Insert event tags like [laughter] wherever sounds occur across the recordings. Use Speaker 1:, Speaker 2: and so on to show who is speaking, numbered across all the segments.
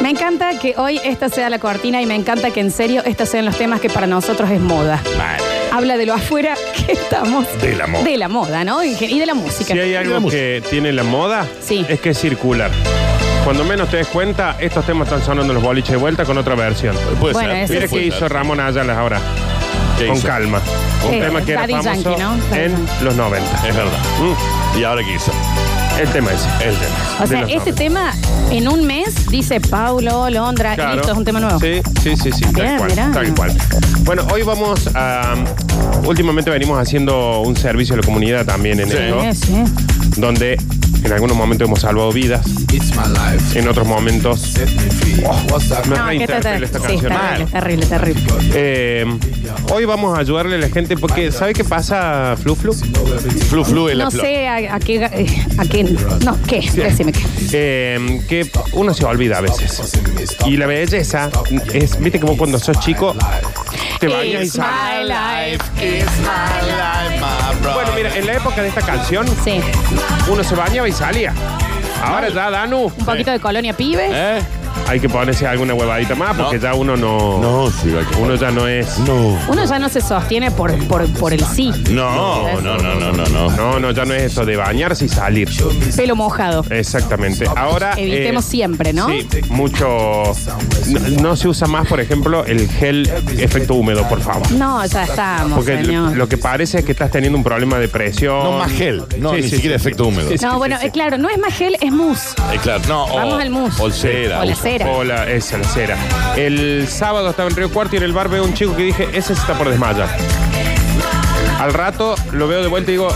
Speaker 1: Me encanta que hoy esta sea la cortina y me encanta que en serio estos sean los temas que para nosotros es moda.
Speaker 2: Mal.
Speaker 1: Habla de lo afuera [laughs] que estamos.
Speaker 2: De la moda.
Speaker 1: De la moda, ¿no? Y y de la música.
Speaker 2: Si hay algo
Speaker 3: Digamos.
Speaker 2: que tiene la moda,
Speaker 1: Sí.
Speaker 2: es que es circular. Cuando menos te des cuenta, estos temas están sonando en los boliches de vuelta con otra versión.
Speaker 3: Puede
Speaker 1: Bueno,
Speaker 3: ser.
Speaker 1: ese
Speaker 2: Mira
Speaker 1: Sí,
Speaker 2: qué
Speaker 3: puede
Speaker 2: hizo
Speaker 3: ser.
Speaker 2: Ramón Ayala ahora,
Speaker 3: ¿Qué
Speaker 2: con
Speaker 3: hizo?
Speaker 2: calma. Un
Speaker 1: Eh,
Speaker 2: tema que era
Speaker 1: Daddy
Speaker 2: famoso
Speaker 1: Yankee, ¿no? Daddy
Speaker 2: en
Speaker 1: Yankee.
Speaker 2: los 90.
Speaker 3: Es verdad. Mm. ¿Y ahora qué hizo?
Speaker 2: El tema ese.
Speaker 3: El tema.
Speaker 1: O
Speaker 2: de
Speaker 1: sea,
Speaker 2: los
Speaker 1: este
Speaker 2: 90.
Speaker 1: tema en un mes dice Paulo, Londra, y
Speaker 2: Claro.
Speaker 1: listo, es un tema nuevo.
Speaker 2: Sí, sí, sí, sí,
Speaker 1: Bien,
Speaker 2: tal cual,
Speaker 1: mirá.
Speaker 2: tal cual. Bueno, hoy vamos a... um, Últimamente venimos haciendo un servicio a la comunidad también en
Speaker 3: Sí.
Speaker 2: esto,
Speaker 1: Sí, sí.
Speaker 2: donde en algunos momentos hemos salvado vidas,
Speaker 4: It's my life.
Speaker 2: en otros momentos Oh,
Speaker 4: Set me free. What's up?
Speaker 2: No,
Speaker 1: No, que está,
Speaker 2: reinterpreta esta
Speaker 1: sí,
Speaker 2: canción.
Speaker 1: terrible,
Speaker 2: Mal.
Speaker 1: terrible, terrible.
Speaker 2: Eh, hoy vamos a ayudarle a la gente porque ¿sabe qué pasa, Flu Flu?
Speaker 3: Flu flu en la
Speaker 1: No
Speaker 3: flor.
Speaker 1: sé a, a qué. eh, A qué no, ¿qué? Decime qué.
Speaker 2: Eh, que uno se olvida a veces. Y la belleza es, viste como cuando sos chico te bañas y
Speaker 1: It's
Speaker 2: sales.
Speaker 1: my life,
Speaker 3: It's my life, my brother.
Speaker 2: Bueno, mira, en la época de esta canción
Speaker 1: Sí.
Speaker 2: uno se bañaba y salía. Ahora ya, Danu,
Speaker 1: Un poquito de colonia pibe.
Speaker 3: ¿Eh?
Speaker 2: hay que ponerse alguna huevadita más porque
Speaker 3: No.
Speaker 2: ya uno no,
Speaker 3: No, sí, va que-
Speaker 2: uno ya no es.
Speaker 3: No.
Speaker 1: Uno ya no se sostiene por, por, por el sí.
Speaker 3: No, no, no, no, no, no.
Speaker 2: No, no, ya no es eso de bañarse y salir.
Speaker 1: Pelo mojado.
Speaker 2: Exactamente. Ahora. eh,
Speaker 1: Evitemos siempre, ¿no?
Speaker 2: Sí, mucho. No, no se usa más, por ejemplo, el gel efecto húmedo, por favor.
Speaker 1: No, ya estamos,
Speaker 2: Porque
Speaker 1: señor.
Speaker 2: lo que parece es que estás teniendo un problema de presión.
Speaker 3: No más gel. No,
Speaker 2: Sí,
Speaker 3: ni
Speaker 2: sí,
Speaker 3: siquiera
Speaker 2: sí,
Speaker 3: efecto húmedo.
Speaker 2: Sí, sí.
Speaker 1: no, bueno, eh, claro, no es más gel, es mousse.
Speaker 3: Eh, claro. No, o,
Speaker 1: Vamos al mus.
Speaker 3: O cera.
Speaker 1: O la
Speaker 3: usa. Oh,
Speaker 1: cera.
Speaker 2: O la- esa, la cera. El sábado estaba en Río Cuarto y en el bar veo un chico que dije, ese se está por desmayar. Al rato lo veo de vuelta y digo,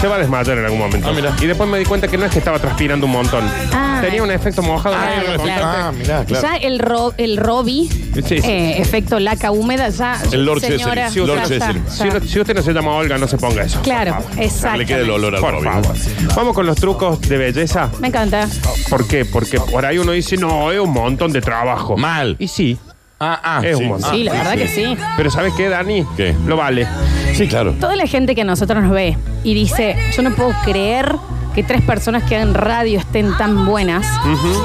Speaker 2: se va a desmayar en algún momento.
Speaker 3: Ah, mira.
Speaker 2: Y después me di cuenta que no es que estaba transpirando un montón.
Speaker 1: Ah.
Speaker 2: Tenía un efecto mojado.
Speaker 1: Ah,
Speaker 2: negro,
Speaker 1: claro.
Speaker 2: constante.
Speaker 3: Ah, mirá, claro.
Speaker 1: Ya el, ro, el Robi,
Speaker 2: sí.
Speaker 1: eh, efecto laca húmeda, ya.
Speaker 3: El Lord
Speaker 1: señora,
Speaker 3: Cecil, Lord
Speaker 1: ya
Speaker 3: Cecil.
Speaker 1: está,
Speaker 2: Si,
Speaker 1: ya.
Speaker 2: uno- si usted no se llama Olga, no se ponga eso.
Speaker 1: Claro, Eh.
Speaker 3: Que
Speaker 1: exacto.
Speaker 3: le quede el olor al
Speaker 2: Por
Speaker 3: Robin.
Speaker 2: favor. Vamos con los trucos de belleza.
Speaker 1: Me encanta.
Speaker 2: ¿Por qué? Porque por ahí uno dice, no, es un montón de trabajo.
Speaker 3: Mal.
Speaker 2: Y sí.
Speaker 3: Ah, ah.
Speaker 2: Es un montón.
Speaker 1: Sí, la verdad que sí.
Speaker 2: Pero ¿sabes qué, Dani?
Speaker 3: ¿Qué?
Speaker 2: Lo vale.
Speaker 3: Sí, claro.
Speaker 1: Toda la gente que a nosotros nos ve y dice, yo no puedo creer que tres personas que hagan radio estén tan buenas,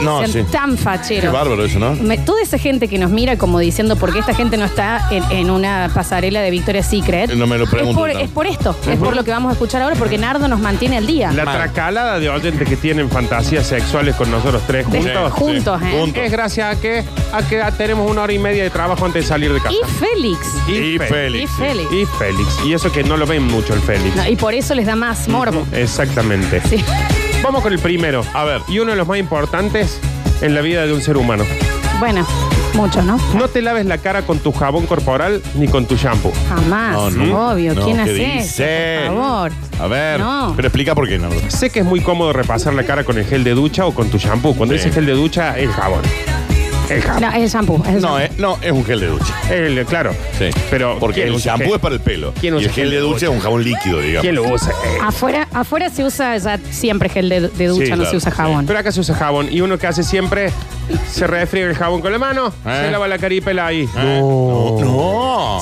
Speaker 3: No,
Speaker 1: sean
Speaker 3: sí.
Speaker 1: tan
Speaker 3: Qué
Speaker 1: facheros.
Speaker 3: bárbaro eso, ¿no?
Speaker 1: Me- toda esa gente que nos mira como diciendo por qué esta gente no está en, en una pasarela de Victoria's Secret.
Speaker 3: No me lo pregunto,
Speaker 1: Es por,
Speaker 3: no.
Speaker 1: es por esto, es por lo que vamos a escuchar ahora, porque Nardo nos mantiene al día.
Speaker 2: La
Speaker 3: Mal.
Speaker 2: tracalada de oyentes que tienen fantasías sexuales con nosotros tres
Speaker 1: De-
Speaker 2: juntos.
Speaker 3: ju-
Speaker 1: juntos,
Speaker 3: sí,
Speaker 1: ¿eh?
Speaker 3: juntos.
Speaker 2: Es gracias a que, a que tenemos una hora y media de trabajo antes de salir de casa.
Speaker 1: Y Félix.
Speaker 3: Y
Speaker 2: Fe-
Speaker 1: Y
Speaker 3: Félix. sí.
Speaker 1: Félix.
Speaker 2: Y Félix. Y eso que no lo ven mucho el Félix.
Speaker 1: No, y por eso les da más morbo.
Speaker 2: Exactamente.
Speaker 1: Sí.
Speaker 2: Vamos con el primero.
Speaker 3: A ver.
Speaker 2: Y uno de los más importantes en la vida de un ser humano.
Speaker 1: Bueno, muchos, ¿no?
Speaker 2: No te laves la cara con tu jabón corporal ni con tu shampoo.
Speaker 1: Jamás,
Speaker 3: No, no.
Speaker 1: obvio.
Speaker 3: No,
Speaker 1: ¿Quién
Speaker 3: ¿qué
Speaker 1: hace eso?
Speaker 3: dice?
Speaker 1: Por favor.
Speaker 3: A ver.
Speaker 1: No.
Speaker 3: Pero explica por qué, Nardo.
Speaker 2: Sé que es muy cómodo repasar la cara con el gel de ducha o con tu shampoo. Cuando
Speaker 3: Sí.
Speaker 2: dices gel de ducha, el jabón. El jabón.
Speaker 1: No, es el shampoo. Es el shampoo.
Speaker 3: No, eh, no, es un gel de ducha.
Speaker 2: El- claro.
Speaker 3: Sí.
Speaker 2: Pero
Speaker 3: Porque
Speaker 2: ¿quién
Speaker 3: el
Speaker 2: usa
Speaker 3: shampoo
Speaker 2: gel?
Speaker 3: es para el pelo. Y
Speaker 2: ¿Quién
Speaker 3: el
Speaker 2: usa
Speaker 3: gel de ducha es un jabón líquido, digamos.
Speaker 2: ¿Quién lo usa? Eh.
Speaker 1: Afuera, afuera se usa ya siempre gel de, de ducha,
Speaker 3: Sí,
Speaker 1: no
Speaker 3: claro,
Speaker 1: se usa
Speaker 3: sí.
Speaker 1: jabón.
Speaker 2: Pero acá se usa jabón. Y uno que hace siempre, se refriega el jabón con la mano,
Speaker 3: ¿Eh?
Speaker 2: se lava la cara y pela ahí.
Speaker 3: Ah, No. No.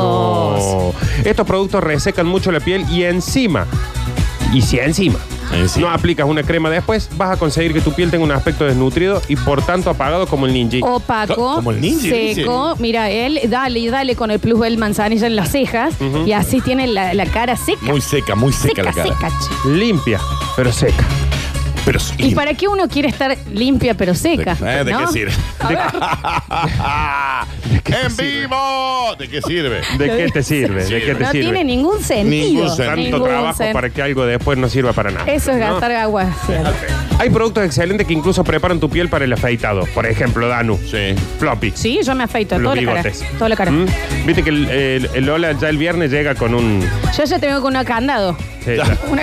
Speaker 1: Chicos.
Speaker 2: Oh. Estos productos resecan mucho la piel y encima, y si encima,
Speaker 3: Encima.
Speaker 2: no aplicas una crema después, vas a conseguir que tu piel tenga un aspecto desnutrido y por tanto apagado como el ninja.
Speaker 1: Oh. opaco,
Speaker 3: Como el ninja,
Speaker 1: seco. Mira, él dale, dale con el plus del manzanilla en las cejas y así tiene la, la cara seca.
Speaker 3: Muy seca, muy seca,
Speaker 1: seca,
Speaker 3: la cara.
Speaker 1: seca, che.
Speaker 2: Limpia, pero seca.
Speaker 3: Pero
Speaker 1: ¿Y para qué uno quiere estar limpia pero seca?
Speaker 3: ¿Eh? ¿De
Speaker 1: ¿No?
Speaker 3: qué sirve?
Speaker 1: A ver,
Speaker 3: [laughs] ¡En vivo! ¿De qué sirve?
Speaker 2: ¿De qué te sirve? ¿De qué te
Speaker 1: no
Speaker 2: sirve?
Speaker 1: tiene ningún sentido.
Speaker 3: Ningún sentido.
Speaker 2: Tanto
Speaker 1: Ningún
Speaker 2: trabajo
Speaker 1: sen-
Speaker 2: para que algo después no sirva para nada.
Speaker 1: Eso es
Speaker 2: ¿no?
Speaker 1: gastar agua.
Speaker 2: Hay productos excelentes que incluso preparan tu piel para el afeitado. Por ejemplo, Danu.
Speaker 3: Sí.
Speaker 2: Floppy.
Speaker 1: Sí, yo me afeito
Speaker 2: Los
Speaker 1: toda la cara.
Speaker 2: bigotes.
Speaker 1: Toda la cara.
Speaker 2: ¿Mm? Viste que el, el- el Lola ya el viernes llega con un.
Speaker 1: Yo ya tengo con un candado.
Speaker 2: eh, ya,
Speaker 3: [laughs]
Speaker 1: Una,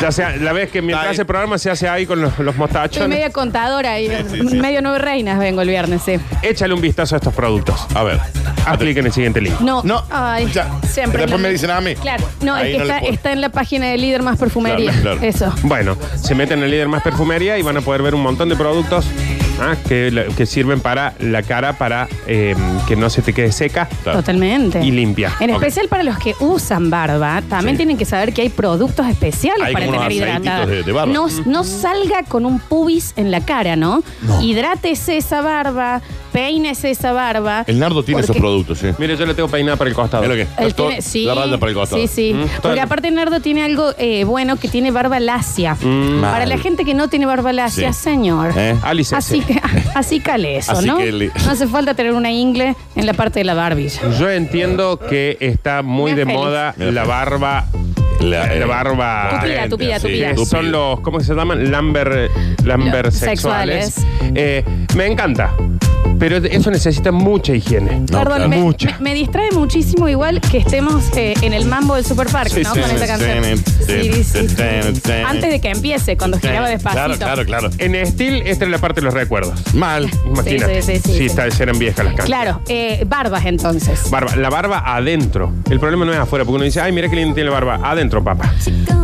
Speaker 2: ya sea, la vez que mientras
Speaker 3: Está ahí.
Speaker 2: hace programa se hace ahí con los, los
Speaker 1: soy
Speaker 2: mostachones.
Speaker 1: media contadora y
Speaker 3: Sí, sí, sí.
Speaker 1: medio nueve reinas vengo el viernes, sí.
Speaker 2: Échale un vistazo a estos productos.
Speaker 3: A ver.
Speaker 2: Apliquen el siguiente link.
Speaker 1: No,
Speaker 3: No,
Speaker 1: Ay,
Speaker 3: ya.
Speaker 1: siempre.
Speaker 3: Después me dicen a mí.
Speaker 1: Claro, no, es
Speaker 3: Ahí
Speaker 1: que
Speaker 3: no le
Speaker 1: está,
Speaker 3: puedo.
Speaker 1: está en la página de Líder Más Perfumería.
Speaker 3: Claro, claro.
Speaker 1: Eso.
Speaker 2: Bueno, se meten en el líder más perfumería y van a poder ver un montón de productos ¿ah? que, la- que sirven para la cara para eh, que no se te quede seca.
Speaker 1: Totalmente.
Speaker 2: Y limpia.
Speaker 1: En
Speaker 2: Ok.
Speaker 1: especial para los que usan barba, también
Speaker 2: Sí.
Speaker 1: tienen que saber que hay productos especiales
Speaker 3: Hay
Speaker 1: para
Speaker 3: como
Speaker 1: tener
Speaker 3: unos
Speaker 1: hidratada.
Speaker 3: aceititos de- de barba.
Speaker 1: No, no salga con un pubis en la cara, ¿no? Hidrátese esa barba, peínese esa barba.
Speaker 3: El nardo tiene
Speaker 1: Porque-
Speaker 3: esos productos, sí.
Speaker 2: Mire, yo le tengo peinada para el costado.
Speaker 3: Mira lo que-
Speaker 1: Él
Speaker 3: todo-
Speaker 1: tiene- sí,
Speaker 3: La raya para el costado.
Speaker 1: Sí, sí.
Speaker 2: Mm,
Speaker 1: Porque
Speaker 2: claro.
Speaker 1: aparte Nardo tiene algo eh, bueno que tiene barba lacia. Para
Speaker 3: Mal.
Speaker 1: la gente que no tiene barba lacia,
Speaker 3: Sí.
Speaker 1: señor.
Speaker 3: ¿Eh?
Speaker 2: Alice.
Speaker 1: Así, que, [laughs] así cale eso,
Speaker 3: Así
Speaker 1: ¿no?
Speaker 3: que le-
Speaker 1: No hace falta tener una ingle en la parte de la barbilla.
Speaker 2: Yo entiendo que está muy
Speaker 1: Mira
Speaker 2: de
Speaker 1: feliz.
Speaker 2: moda
Speaker 3: Mira
Speaker 2: la
Speaker 3: feliz.
Speaker 2: barba. La,
Speaker 3: La, eh,
Speaker 2: barba.
Speaker 1: Tupida,
Speaker 3: gente,
Speaker 1: tupida,
Speaker 3: sí,
Speaker 1: tupida.
Speaker 2: que Son los, ¿cómo se llaman? Lamber, lamber sexuales.
Speaker 1: sexuales.
Speaker 2: Eh, me encanta. Pero eso necesita mucha higiene.
Speaker 3: No,
Speaker 1: Perdón,
Speaker 3: claro.
Speaker 1: me,
Speaker 2: Mucha.
Speaker 1: me- me distrae muchísimo igual que estemos eh, en el mambo del Superpark,
Speaker 3: Sí,
Speaker 1: ¿no?
Speaker 3: sí,
Speaker 1: Con
Speaker 3: sí,
Speaker 1: esta canción.
Speaker 3: sí,
Speaker 1: Sí,
Speaker 3: sí,
Speaker 1: sí.
Speaker 3: sí, sí.
Speaker 1: Antes de que empiece, cuando giraba despacito. Eh,
Speaker 3: Claro, claro, claro.
Speaker 2: En Steel, esta es la parte de los recuerdos.
Speaker 3: Mal.
Speaker 2: Imagínate.
Speaker 1: Sí, sí, sí, sí,
Speaker 2: si
Speaker 1: sí.
Speaker 2: está- si eran viejas las canciones.
Speaker 1: Claro, eh, barbas entonces.
Speaker 2: Barba, la barba adentro. El problema no es afuera, porque uno dice, ay, mira qué lindo tiene la barba. Adentro, papá.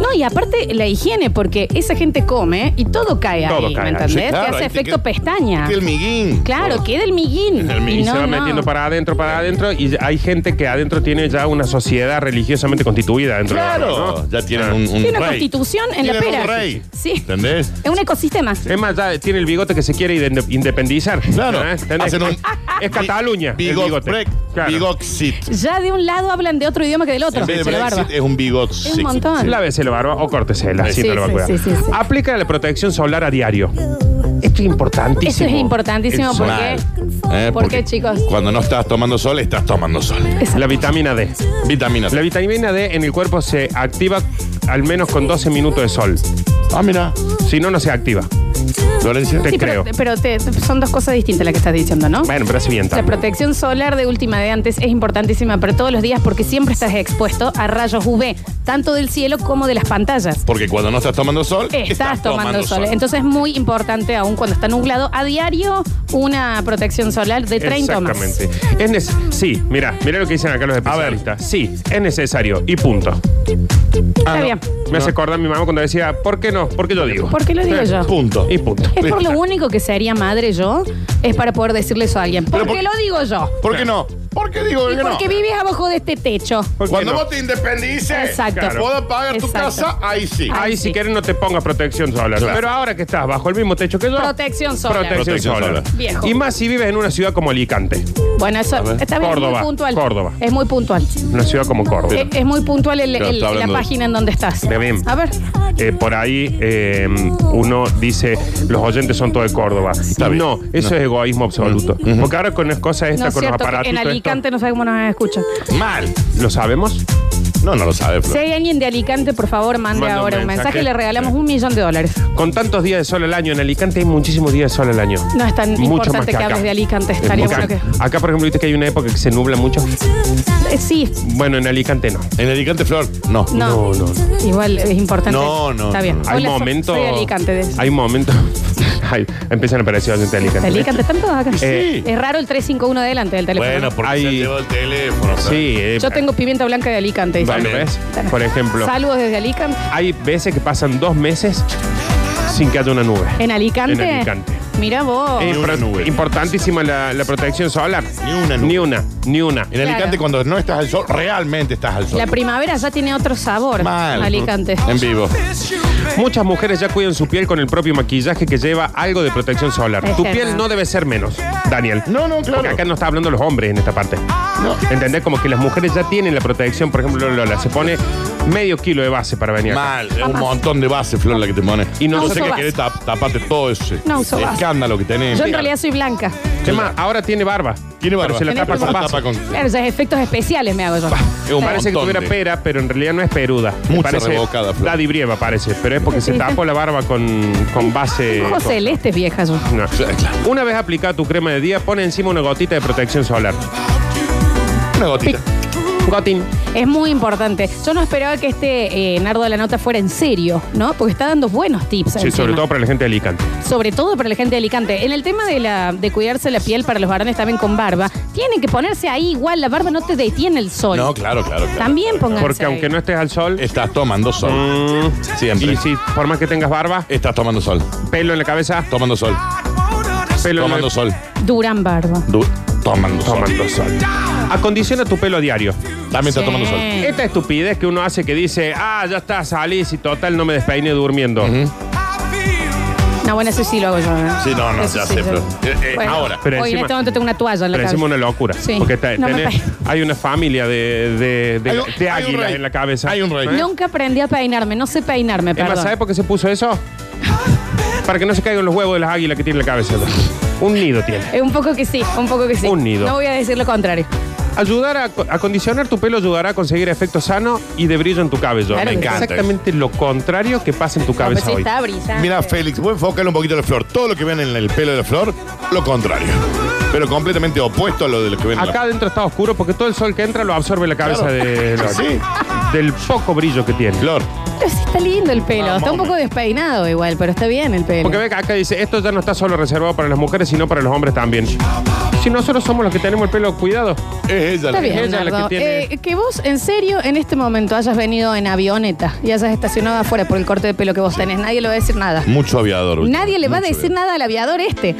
Speaker 1: No, y aparte la higiene, porque esa gente come y todo cae
Speaker 2: Todo
Speaker 1: ahí,
Speaker 2: cae
Speaker 1: ¿me
Speaker 2: ahí.
Speaker 1: entendés?
Speaker 3: Sí, claro,
Speaker 1: Te hace
Speaker 3: ahí te
Speaker 1: efecto
Speaker 3: queda-
Speaker 1: pestaña.
Speaker 3: El miguín.
Speaker 1: Claro, queda el miguín.
Speaker 3: El miguín.
Speaker 2: Y,
Speaker 1: no,
Speaker 2: se va
Speaker 1: no.
Speaker 2: metiendo para adentro, para adentro. Y hay gente que adentro tiene ya una sociedad religiosamente constituida dentro de la barba,
Speaker 3: Claro.
Speaker 2: ¿no?
Speaker 3: Ya tienen un, un
Speaker 1: Tiene una
Speaker 3: rey.
Speaker 1: constitución en la
Speaker 3: Tienen
Speaker 1: pera.
Speaker 3: un rey.
Speaker 1: Sí,
Speaker 3: ¿Entendés?
Speaker 1: es un ecosistema.
Speaker 2: Es más, ya tiene el bigote que se quiere inde- independizar.
Speaker 3: Claro.
Speaker 2: ¿eh? ¿Entendés?
Speaker 3: Hacen un-
Speaker 2: Es Cataluña. el
Speaker 3: Bigot
Speaker 2: bigote.
Speaker 3: break.
Speaker 2: Claro.
Speaker 3: Bigoxit.
Speaker 1: Ya de un lado hablan de otro idioma que del otro.
Speaker 3: En vez de
Speaker 1: de la barba.
Speaker 3: Brexit es un bigoxit.
Speaker 1: Es un montón.
Speaker 3: Sí.
Speaker 2: Ah, Lávese la barba o córtesela,
Speaker 1: Sí,
Speaker 2: si no la va a
Speaker 1: sí,
Speaker 2: cuidar.
Speaker 1: sí, sí, sí.
Speaker 2: Aplica la protección solar a diario. Esto es importantísimo.
Speaker 1: Esto es importantísimo
Speaker 2: El sol.
Speaker 1: porque.
Speaker 3: Eh,
Speaker 1: ¿Por qué, chicos?
Speaker 3: Cuando no estás tomando sol, estás tomando sol.
Speaker 2: La vitamina D.
Speaker 3: Vitaminas.
Speaker 2: La vitamina D en el cuerpo se activa al menos con 12 minutos de sol.
Speaker 3: Ah, mira.
Speaker 2: Si no, no se activa.
Speaker 3: Florencia.
Speaker 2: Te
Speaker 1: Sí,
Speaker 2: creo.
Speaker 1: pero, pero te- son dos cosas distintas las que estás diciendo, ¿no?
Speaker 2: Bueno, pero es bien.
Speaker 1: La protección solar de última de antes es importantísima para todos los días porque siempre estás expuesto a rayos UV, tanto del cielo como de las pantallas.
Speaker 3: Porque cuando no estás tomando sol,
Speaker 1: Estás, tomando, sol. Entonces es muy importante, aún cuando está nublado, a diario una protección solar de 30 o más.
Speaker 2: Exactamente. Es nece- sí, mira, mira lo que dicen acá los especialistas. Sí, es necesario y punto. Ah,
Speaker 1: Está bien.
Speaker 2: Me hace acordar mi mamá cuando decía, ¿por qué no? ¿Por qué yo digo?
Speaker 1: ¿Por qué lo digo
Speaker 2: Eh,
Speaker 1: yo?
Speaker 3: Punto.
Speaker 2: Y [laughs] punto.
Speaker 1: Es por lo único que sería madre yo, es para poder decirle eso a alguien. ¿Por
Speaker 3: Pero por-
Speaker 1: qué lo digo yo?
Speaker 3: ¿Por qué no? ¿Por qué digo
Speaker 1: Y
Speaker 3: que no?
Speaker 1: porque vives abajo de este techo.
Speaker 2: ¿Por qué
Speaker 3: Cuando
Speaker 2: no?
Speaker 3: vos te independices,
Speaker 1: Exacto.
Speaker 2: claro.
Speaker 3: puedo pagar tu
Speaker 1: Exacto.
Speaker 3: casa, ahí sí.
Speaker 1: Ah,
Speaker 2: Ahí
Speaker 1: sí.
Speaker 2: si quieres no te pongas protección solar.
Speaker 3: Claro.
Speaker 2: Pero ahora que estás bajo el mismo techo que yo.
Speaker 1: Protección solar.
Speaker 2: Protección,
Speaker 3: Protección
Speaker 2: solar.
Speaker 3: solar.
Speaker 1: Viejo.
Speaker 2: Y más si vives en una ciudad como Alicante.
Speaker 1: Bueno, eso
Speaker 3: ver.
Speaker 1: está bien, es
Speaker 2: Córdoba,
Speaker 1: muy puntual.
Speaker 2: Córdoba.
Speaker 1: Es muy puntual.
Speaker 2: Una ciudad como Córdoba.
Speaker 1: Es, es muy puntual el-
Speaker 3: Pero
Speaker 1: el-
Speaker 3: está
Speaker 1: la
Speaker 3: hablando de-
Speaker 1: página en donde estás.
Speaker 2: Está bien.
Speaker 1: A ver.
Speaker 2: Eh, por ahí eh, uno dice, los oyentes son todos de Córdoba.
Speaker 3: bien.
Speaker 2: No, eso es egoísmo absoluto. Porque ahora con las cosas
Speaker 1: No
Speaker 2: estas,
Speaker 1: es
Speaker 2: con los
Speaker 1: cierto,
Speaker 2: aparatos.
Speaker 1: en Alicante no sé cómo nos escuchan.
Speaker 3: Mal.
Speaker 2: ¿Lo sabemos?
Speaker 3: No, no lo sabe, Flor.
Speaker 1: Si hay alguien de Alicante, por favor, mande
Speaker 2: Manda un
Speaker 1: ahora un
Speaker 2: mensaje.
Speaker 1: mensaje. Le regalamos un millón de dólares.
Speaker 2: Con tantos días de sol al año, en Alicante hay muchísimos días de sol al año.
Speaker 1: No es tan
Speaker 2: Mucho más
Speaker 1: importante que,
Speaker 2: acá.
Speaker 1: hables de Alicante.
Speaker 2: Es
Speaker 1: Estaría
Speaker 2: mucho-
Speaker 1: bueno que...
Speaker 2: Acá, por ejemplo, viste que hay una época que se nubla mucho.
Speaker 1: Eh, sí,
Speaker 2: Bueno, en Alicante no.
Speaker 3: En Alicante, Flor, no.
Speaker 1: no.
Speaker 2: No, no,
Speaker 1: Igual es importante.
Speaker 3: No, no,
Speaker 1: Está
Speaker 3: no,
Speaker 1: bien.
Speaker 3: no.
Speaker 2: Hay
Speaker 1: Hola, so-
Speaker 2: momentos.
Speaker 1: Soy de Alicante. de-
Speaker 2: Hay momentos. [laughs] Ay, empiezan a aparecer oyentes de
Speaker 1: ¿De
Speaker 2: Alicante.
Speaker 1: Alicante están todos acá?
Speaker 2: Eh,
Speaker 3: Sí.
Speaker 1: Es raro el 351 de delante del teléfono.
Speaker 3: Bueno, porque
Speaker 2: Ahí-
Speaker 3: se llevó el teléfono. Flor.
Speaker 2: Sí, eh,
Speaker 1: Yo tengo pimienta blanca de Alicante. dice.
Speaker 2: bueno, ¿ves? Por ejemplo,
Speaker 1: Saludos desde Alicante.
Speaker 2: hay veces que pasan dos meses sin que haya una nube.
Speaker 1: ¿En Alicante?
Speaker 2: En Alicante.
Speaker 1: Mira vos.
Speaker 2: Eh,
Speaker 3: Ni una
Speaker 2: pro-
Speaker 3: nube.
Speaker 2: Importantísima la, la protección solar.
Speaker 3: Ni una nube.
Speaker 2: Ni una, ni una.
Speaker 3: En
Speaker 1: Claro.
Speaker 3: Alicante, cuando no estás al sol, realmente estás al sol.
Speaker 1: La primavera ya tiene otro sabor.
Speaker 3: Mal. Em,
Speaker 1: Alicante.
Speaker 3: En vivo.
Speaker 2: Muchas mujeres ya cuidan su piel con el propio maquillaje que lleva algo de protección solar.
Speaker 1: Es
Speaker 2: tu
Speaker 1: verdad.
Speaker 2: piel no debe ser menos, Daniel.
Speaker 3: No, no, claro.
Speaker 2: Porque acá no está hablando los hombres en esta parte.
Speaker 3: No.
Speaker 2: ¿Entendés? Como que las mujeres ya tienen la protección. Por ejemplo, Lola se pone medio kilo de base para venir acá.
Speaker 3: Mal, es un montón de base, Flor, la que te pone.
Speaker 2: Y no
Speaker 3: Yo
Speaker 1: uso
Speaker 3: sé que
Speaker 1: base.
Speaker 3: querés tap- taparte todo ese
Speaker 1: No uso base.
Speaker 3: escándalo que tenés.
Speaker 1: Yo en realidad soy blanca.
Speaker 2: Es más, ahora tiene barba.
Speaker 3: Tiene barba.
Speaker 2: Pero se la
Speaker 1: Tenés
Speaker 2: tapa con
Speaker 1: barba.
Speaker 2: base.
Speaker 3: Tapa con-
Speaker 1: Claro, ya es efectos especiales me hago yo.
Speaker 3: Es un
Speaker 2: Parece que
Speaker 3: montón
Speaker 2: tuviera
Speaker 3: de-
Speaker 2: pera, pero en realidad no es peruda.
Speaker 3: Mucha
Speaker 2: parece
Speaker 3: rebocada, Flor.
Speaker 2: La dibrieva parece, pero es porque se
Speaker 1: Sí.
Speaker 2: tapó la barba con, con base.
Speaker 1: [laughs] Ojos celestes viejas yo.
Speaker 2: No.
Speaker 3: Claro, claro.
Speaker 2: Una vez aplicada tu crema de día, pon encima una gotita de protección solar.
Speaker 3: Una gotita.
Speaker 2: Gotín.
Speaker 1: Es muy importante. Yo no esperaba que este eh, Nardo de la Nota fuera en serio, ¿no? Porque está dando buenos tips.
Speaker 2: Sí,
Speaker 1: encima. Ah,
Speaker 2: sobre todo para la gente de Alicante.
Speaker 1: Sobre todo para la gente de Alicante. En el tema de, la, de cuidarse la piel para los varones también con barba, tienen que ponerse ahí igual. La barba no te detiene el sol.
Speaker 3: No, claro, claro. claro.
Speaker 1: También pónganse
Speaker 2: Porque
Speaker 1: ahí.
Speaker 2: aunque no estés al sol,
Speaker 3: Estás tomando sol.
Speaker 2: mm,
Speaker 3: Eh, Siempre.
Speaker 2: y si por más que tengas barba, eh,
Speaker 3: Estás tomando sol.
Speaker 2: pelo en la cabeza,
Speaker 3: Tomando sol.
Speaker 2: pelo.
Speaker 3: Tomando sol.
Speaker 1: Duran barba.
Speaker 3: Du- tomando sol.
Speaker 2: Tomando sol. Acondiciona tu pelo a diario.
Speaker 3: También está tomando sol.
Speaker 1: Sí.
Speaker 2: Esta estupidez que uno hace que dice, ah, ya está, salís y total, no me despeine durmiendo.
Speaker 1: No, bueno, eso sí lo hago yo. ¿eh?
Speaker 3: Sí, no, no,
Speaker 1: Eso
Speaker 3: ya
Speaker 1: sí,
Speaker 3: sé,
Speaker 1: yo-
Speaker 3: pero. eh, eh,
Speaker 1: Bueno,
Speaker 3: Ahora.
Speaker 2: Pero
Speaker 1: hoy en
Speaker 2: encima-
Speaker 1: este momento tengo una toalla en la
Speaker 2: Pero
Speaker 1: cabeza.
Speaker 2: encima una locura.
Speaker 1: Sí.
Speaker 2: Porque está-
Speaker 1: No me
Speaker 2: tenés-
Speaker 1: pe-
Speaker 2: hay una familia de, de, de-
Speaker 3: Hay un-
Speaker 2: de
Speaker 3: hay un
Speaker 2: águilas
Speaker 3: rey.
Speaker 2: en la cabeza.
Speaker 3: Hay un rey.
Speaker 2: ¿Eh?
Speaker 1: Nunca aprendí a peinarme, no sé peinarme,
Speaker 2: Es más,
Speaker 1: perdón.
Speaker 2: ¿sabes por qué se puso
Speaker 1: [laughs]
Speaker 2: eso? Para que no se caigan los huevos de las águilas que tiene en la cabeza. Un nido tiene.
Speaker 1: Eh, un poco que sí, un poco que sí.
Speaker 2: Un nido.
Speaker 1: No voy a decir lo contrario.
Speaker 2: Ayudar a acondicionar tu pelo ayudará a conseguir efecto sano y de brillo en tu cabello.
Speaker 1: Claro,
Speaker 2: Me encanta. Exactamente lo contrario que pasa en tu
Speaker 1: No,
Speaker 2: cabeza
Speaker 1: pero sí
Speaker 2: hoy.
Speaker 1: pues está brillante.
Speaker 3: Mira,
Speaker 1: Mira,
Speaker 3: Félix, voy a enfocarle un poquito a la flor. Todo lo que ven en el pelo de la flor, lo contrario. Pero completamente opuesto a lo de lo que ven en
Speaker 2: Acá
Speaker 3: la
Speaker 2: adentro está oscuro porque todo el sol que entra lo absorbe la cabeza
Speaker 3: Claro.
Speaker 2: de-
Speaker 3: Sí.
Speaker 2: del poco brillo que tiene.
Speaker 3: flor.
Speaker 1: está lindo el pelo.
Speaker 3: Vamos,
Speaker 1: está un poco
Speaker 3: hombre.
Speaker 1: despeinado igual, pero está bien el pelo.
Speaker 2: Porque ve que acá dice, esto ya no está solo reservado para las mujeres, sino para los hombres también. Si nosotros somos los que tenemos el pelo cuidado,
Speaker 3: Es ella.
Speaker 1: Está
Speaker 3: la-
Speaker 1: bien,
Speaker 2: ella es la que
Speaker 1: Nardo.
Speaker 2: tiene-
Speaker 1: Eh, que vos, en serio, en este momento hayas venido en avioneta y hayas estacionado afuera por el corte de pelo que vos tenés, nadie le va a decir nada.
Speaker 3: Mucho aviador. último.
Speaker 1: Nadie le va a
Speaker 3: Mucho
Speaker 1: decir nada al aviador este.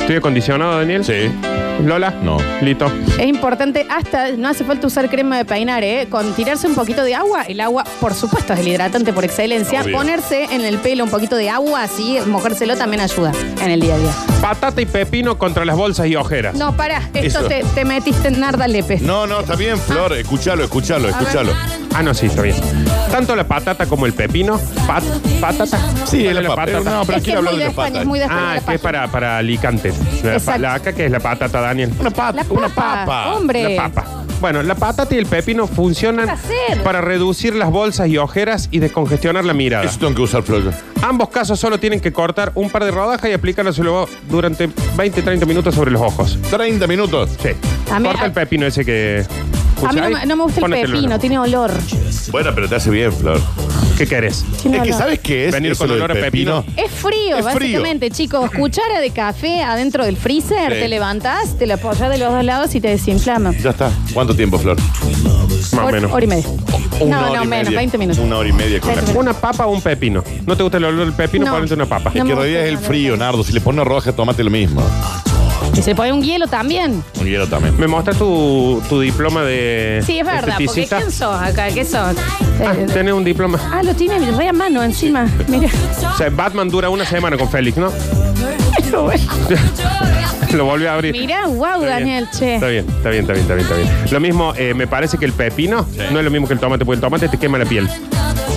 Speaker 2: estoy acondicionado, Daniel.
Speaker 3: aviador. Sí.
Speaker 2: Lola.
Speaker 3: No.
Speaker 2: Lito.
Speaker 1: Es importante, hasta no hace falta usar crema de peinar, ¿eh? Con tirarse un poquito de agua, el agua, por supuesto, es el hidratante por excelencia.
Speaker 3: Obvio.
Speaker 1: Ponerse en el pelo un poquito de agua, así, mojárselo también ayuda en el día a día.
Speaker 2: Patata y pepino contra las bolsas y ojeras.
Speaker 1: No, pará, esto
Speaker 3: Eso.
Speaker 1: te, te metiste en Narda Lépez.
Speaker 3: No, no, está bien,
Speaker 1: Ah.
Speaker 3: Flor. Escúchalo, escúchalo, escúchalo.
Speaker 2: Ah, no, sí, está bien. Tanto la patata como el pepino. Pat- patata.
Speaker 3: Sí,
Speaker 2: Dale
Speaker 3: es la patata. No, pero
Speaker 1: es que
Speaker 3: aquí
Speaker 1: es
Speaker 3: hablar
Speaker 1: muy de
Speaker 3: de las
Speaker 1: España,
Speaker 3: patas.
Speaker 1: es muy de España.
Speaker 2: Ah,
Speaker 1: la
Speaker 2: es que es
Speaker 1: pasta.
Speaker 2: para, para Alicante. La,
Speaker 1: Exacto.
Speaker 2: la- acá que es la patata, Daniel.
Speaker 3: Una pata,
Speaker 1: La
Speaker 3: una
Speaker 1: papa,
Speaker 3: papa.
Speaker 1: hombre.
Speaker 2: La papa. Bueno, la patata y el pepino funcionan
Speaker 1: ¿Qué hacer?
Speaker 2: para reducir las bolsas y ojeras y descongestionar la mirada.
Speaker 3: Eso tengo que usar, Flor.
Speaker 2: Ambos casos solo tienen que cortar un par de rodajas y aplicárselo durante 20-30 minutos sobre los ojos.
Speaker 3: 30 minutos.
Speaker 2: Sí.
Speaker 1: A mí-
Speaker 2: Corta el pepino ese que.
Speaker 1: A mí no, me- no me gusta el
Speaker 2: Pónetelo en
Speaker 1: pepino,
Speaker 2: ojo.
Speaker 1: tiene olor.
Speaker 3: Bueno, pero te hace bien, Flor.
Speaker 2: ¿Qué querés?
Speaker 1: Tiene
Speaker 3: es que,
Speaker 1: olor.
Speaker 3: ¿sabes qué es?
Speaker 2: Venir
Speaker 3: eso
Speaker 2: con
Speaker 3: del
Speaker 2: olor a pepino.
Speaker 1: Es frío,
Speaker 3: Es frío.
Speaker 1: básicamente, chicos. Cuchara de café adentro del freezer,
Speaker 3: Sí.
Speaker 1: te levantás, te la apoyas de los dos lados y te desinflama.
Speaker 3: Ya está. ¿cuánto tiempo, Flor?
Speaker 2: Más o
Speaker 1: Hor-
Speaker 2: menos.
Speaker 1: Hora y media.
Speaker 3: Una
Speaker 1: no,
Speaker 3: hora
Speaker 1: no,
Speaker 3: y
Speaker 1: menos,
Speaker 3: media.
Speaker 1: 20 minutos.
Speaker 3: Una hora y media con la
Speaker 1: 20
Speaker 2: Una papa o un pepino. ¿No te gusta el olor del pepino?
Speaker 1: No.
Speaker 2: Ponete una papa.
Speaker 1: No.
Speaker 3: Es que en realidad es el frío, Nardo. Si le pones roja, tomate lo mismo.
Speaker 1: Y se pone un hielo también.
Speaker 3: Un hielo también.
Speaker 2: ¿Me mostras tu, tu diploma de.
Speaker 1: Sí, es verdad, porque
Speaker 2: esteticista?
Speaker 1: ¿quién sos acá? ¿Qué sos?
Speaker 2: Ah,
Speaker 1: Eh,
Speaker 2: tenés un diploma.
Speaker 1: ah, lo tiene re a mano encima. [laughs] Mira.
Speaker 2: O sea, Batman dura una semana con Félix, ¿no? [laughs] Lo volví a abrir.
Speaker 1: Mira, wow,
Speaker 2: Está bien.
Speaker 1: Daniel, che.
Speaker 2: Está bien, está bien, está bien, está bien, está bien. Lo mismo, eh, me parece que el pepino no es lo mismo que el tomate, porque el tomate te quema la piel.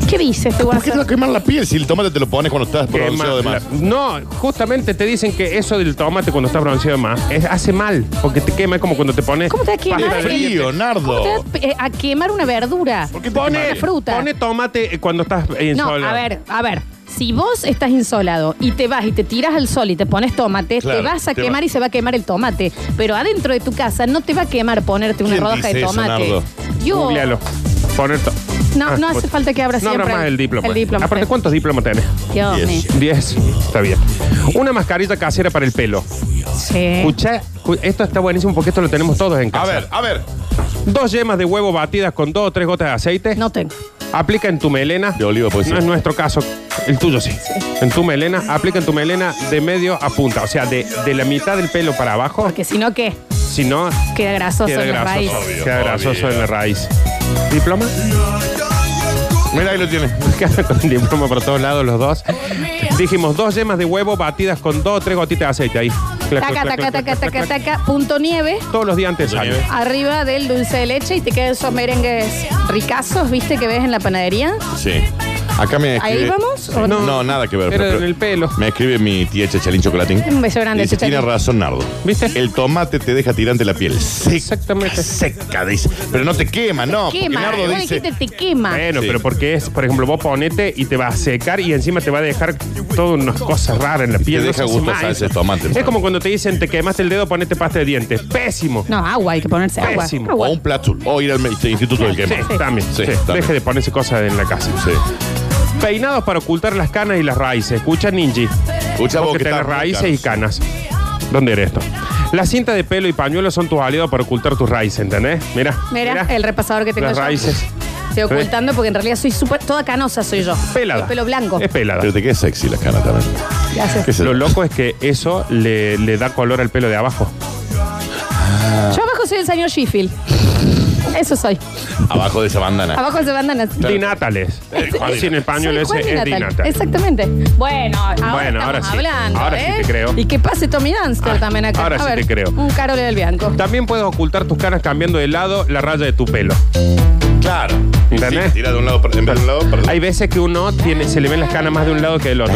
Speaker 1: ¿Qué dice este
Speaker 3: ¿Por qué te va a
Speaker 1: guaso?
Speaker 3: quemar la piel si el tomate te lo pones cuando estás bronceado de
Speaker 2: Quema
Speaker 3: más?
Speaker 2: la- no, justamente te dicen que eso del tomate cuando estás bronceado de más es- hace mal, porque te quema es como cuando te pones.
Speaker 1: ¿Cómo te va a quemar?
Speaker 2: pasta
Speaker 3: Es
Speaker 2: de
Speaker 1: el-
Speaker 3: frío, Nardo.
Speaker 1: ¿Cómo te vas, eh, a quemar una verdura?
Speaker 3: ¿Por qué te
Speaker 2: Pone,
Speaker 3: quema?
Speaker 1: Una fruta.
Speaker 2: pone tomate eh, cuando estás en
Speaker 1: No, a ver, a ver. Si vos estás insolado y te vas y te tiras al sol y te pones tomate,
Speaker 3: Claro,
Speaker 1: te vas a
Speaker 3: te
Speaker 1: quemar
Speaker 3: va.
Speaker 1: y se va a quemar el tomate. Pero adentro de tu casa no te va a quemar ponerte una
Speaker 3: ¿Quién
Speaker 1: rodaja
Speaker 3: dice
Speaker 1: de
Speaker 3: eso,
Speaker 1: tomate.
Speaker 3: Nardo?
Speaker 1: Yo-
Speaker 2: Googlealo. Poner to-
Speaker 1: No, no
Speaker 2: Ah,
Speaker 1: hace falta que abra
Speaker 2: No
Speaker 1: siempre.
Speaker 2: habrá más el diploma. pues.
Speaker 1: El diploma. pues.
Speaker 2: Aparte, ¿cuántos diplomas tenés?
Speaker 1: Dios mío.
Speaker 3: Yes.
Speaker 2: 10. Está bien. Una mascarilla casera para el pelo.
Speaker 1: Eh. Sí.
Speaker 2: Escucha, escu- esto está buenísimo porque esto lo tenemos todos en casa.
Speaker 3: A ver, a ver. Ah.
Speaker 2: Dos yemas de huevo batidas con dos o tres gotas de aceite.
Speaker 1: No tengo.
Speaker 2: Aplica en tu melena.
Speaker 3: De oliva, pues,
Speaker 2: No
Speaker 3: sí.
Speaker 2: es nuestro caso. El tuyo sí. En tu melena, aplica en tu melena de medio a punta. O sea, de, de la mitad del pelo para abajo.
Speaker 1: Porque si no, ¿qué?
Speaker 2: Si no,
Speaker 1: Queda grasoso
Speaker 2: queda
Speaker 1: en la raíz.
Speaker 2: grasoso.
Speaker 3: raíz.
Speaker 2: queda
Speaker 3: Obvio,
Speaker 2: grasoso
Speaker 3: obvio.
Speaker 2: en la raíz. ¿Diploma?
Speaker 3: Mira, ahí lo tienes.
Speaker 2: Con diploma por todos lados los dos. Dijimos dos yemas de huevo batidas con dos o tres gotitas de aceite ahí. Clac, clac,
Speaker 1: Taca,
Speaker 2: clac,
Speaker 1: taca,
Speaker 2: clac,
Speaker 1: taca,
Speaker 2: clac,
Speaker 1: taca,
Speaker 2: clac, clac.
Speaker 1: taca. Punto nieve.
Speaker 2: Todos los días antes
Speaker 3: Punto
Speaker 2: sale.
Speaker 3: nieve.
Speaker 1: Arriba del dulce de leche y te quedan esos merengues ricazos, ¿viste? Que ves en la panadería.
Speaker 3: Sí. Acá me escribe...
Speaker 1: ¿Ahí vamos? ¿O
Speaker 3: No,
Speaker 1: no?
Speaker 3: nada que ver.
Speaker 2: Pero en el pelo.
Speaker 3: Me escribe mi tía Chachalín Chocolatín.
Speaker 1: Un beso grande,
Speaker 3: Dice,
Speaker 1: Chachalín.
Speaker 3: tiene razón, Nardo.
Speaker 2: ¿Viste?
Speaker 3: El tomate te deja tirante la piel. Seca,
Speaker 2: Exactamente.
Speaker 3: Seca, dice. Pero no te quema, no. porque
Speaker 1: Quema.
Speaker 3: Nardo
Speaker 1: Vos
Speaker 3: dice...
Speaker 1: dijiste, te quema.
Speaker 2: Bueno,
Speaker 3: Sí.
Speaker 2: pero porque es, por ejemplo, vos ponete y te va a secar y encima te va a dejar todas unas cosas raras en la piel.
Speaker 3: te deja
Speaker 2: sé si
Speaker 3: gusto
Speaker 2: más.
Speaker 3: salsa de tomate.
Speaker 2: Es como cuando te dicen te quemaste el dedo, ponete pasta de dientes. Pésimo.
Speaker 1: No, agua, hay que ponerse agua.
Speaker 2: Pésimo.
Speaker 3: O
Speaker 1: Agua.
Speaker 3: un platul. O ir al me- este instituto del
Speaker 2: Sí,
Speaker 3: quema.
Speaker 2: también.
Speaker 3: Sí,
Speaker 2: sí.
Speaker 3: también.
Speaker 2: Deje de ponerse cosas en la casa.
Speaker 3: Sí.
Speaker 2: Peinados para ocultar las canas y las raíces. Escucha, Ninji.
Speaker 3: Escucha vos
Speaker 2: Porque
Speaker 3: que
Speaker 2: tenés
Speaker 3: estás muy
Speaker 2: raíces y canas. ¿Dónde eres esto? La cinta de pelo y pañuelos son tus aliados para ocultar tus raíces, ¿entendés? Mira.
Speaker 1: Mira, el repasador que tengo
Speaker 2: Las
Speaker 1: yo.
Speaker 2: raíces.
Speaker 1: Estoy ocultando porque en realidad soy súper. Toda canosa soy yo.
Speaker 2: Pelada.
Speaker 1: El pelo blanco.
Speaker 2: Es pelada.
Speaker 3: Pero te queda sexy la cara también.
Speaker 1: Gracias.
Speaker 3: ¿Qué sé yo?
Speaker 2: Lo loco es que eso le, le da color al pelo de abajo.
Speaker 1: Yo abajo soy el señor Sheffield. Eso soy.
Speaker 3: Abajo de esa bandana.
Speaker 1: Abajo se mandan así.
Speaker 2: Di Natales.
Speaker 3: Eh, Juan
Speaker 2: Así en español
Speaker 1: Soy
Speaker 2: ese
Speaker 1: Juan
Speaker 2: es
Speaker 1: Di Natal.
Speaker 2: Di Natal.
Speaker 1: Exactamente. Bueno, ahora,
Speaker 2: Bueno, ahora
Speaker 1: estamos
Speaker 2: sí.
Speaker 1: hablando,
Speaker 2: Ahora sí
Speaker 1: ¿eh?
Speaker 2: te creo.
Speaker 1: Y que pase Tommy Danster
Speaker 2: Ah,
Speaker 1: también acá.
Speaker 2: ahora
Speaker 1: A
Speaker 2: sí
Speaker 1: ver,
Speaker 2: te creo.
Speaker 1: Un Carole del Bianco.
Speaker 2: También puedes ocultar tus caras cambiando de lado la raya de tu pelo.
Speaker 3: Claro.
Speaker 2: ¿Entendés?
Speaker 3: Sí, tira de un lado para, en vez de un lado para el
Speaker 2: Hay veces que uno tiene, se le ven las canas más de un lado que del otro.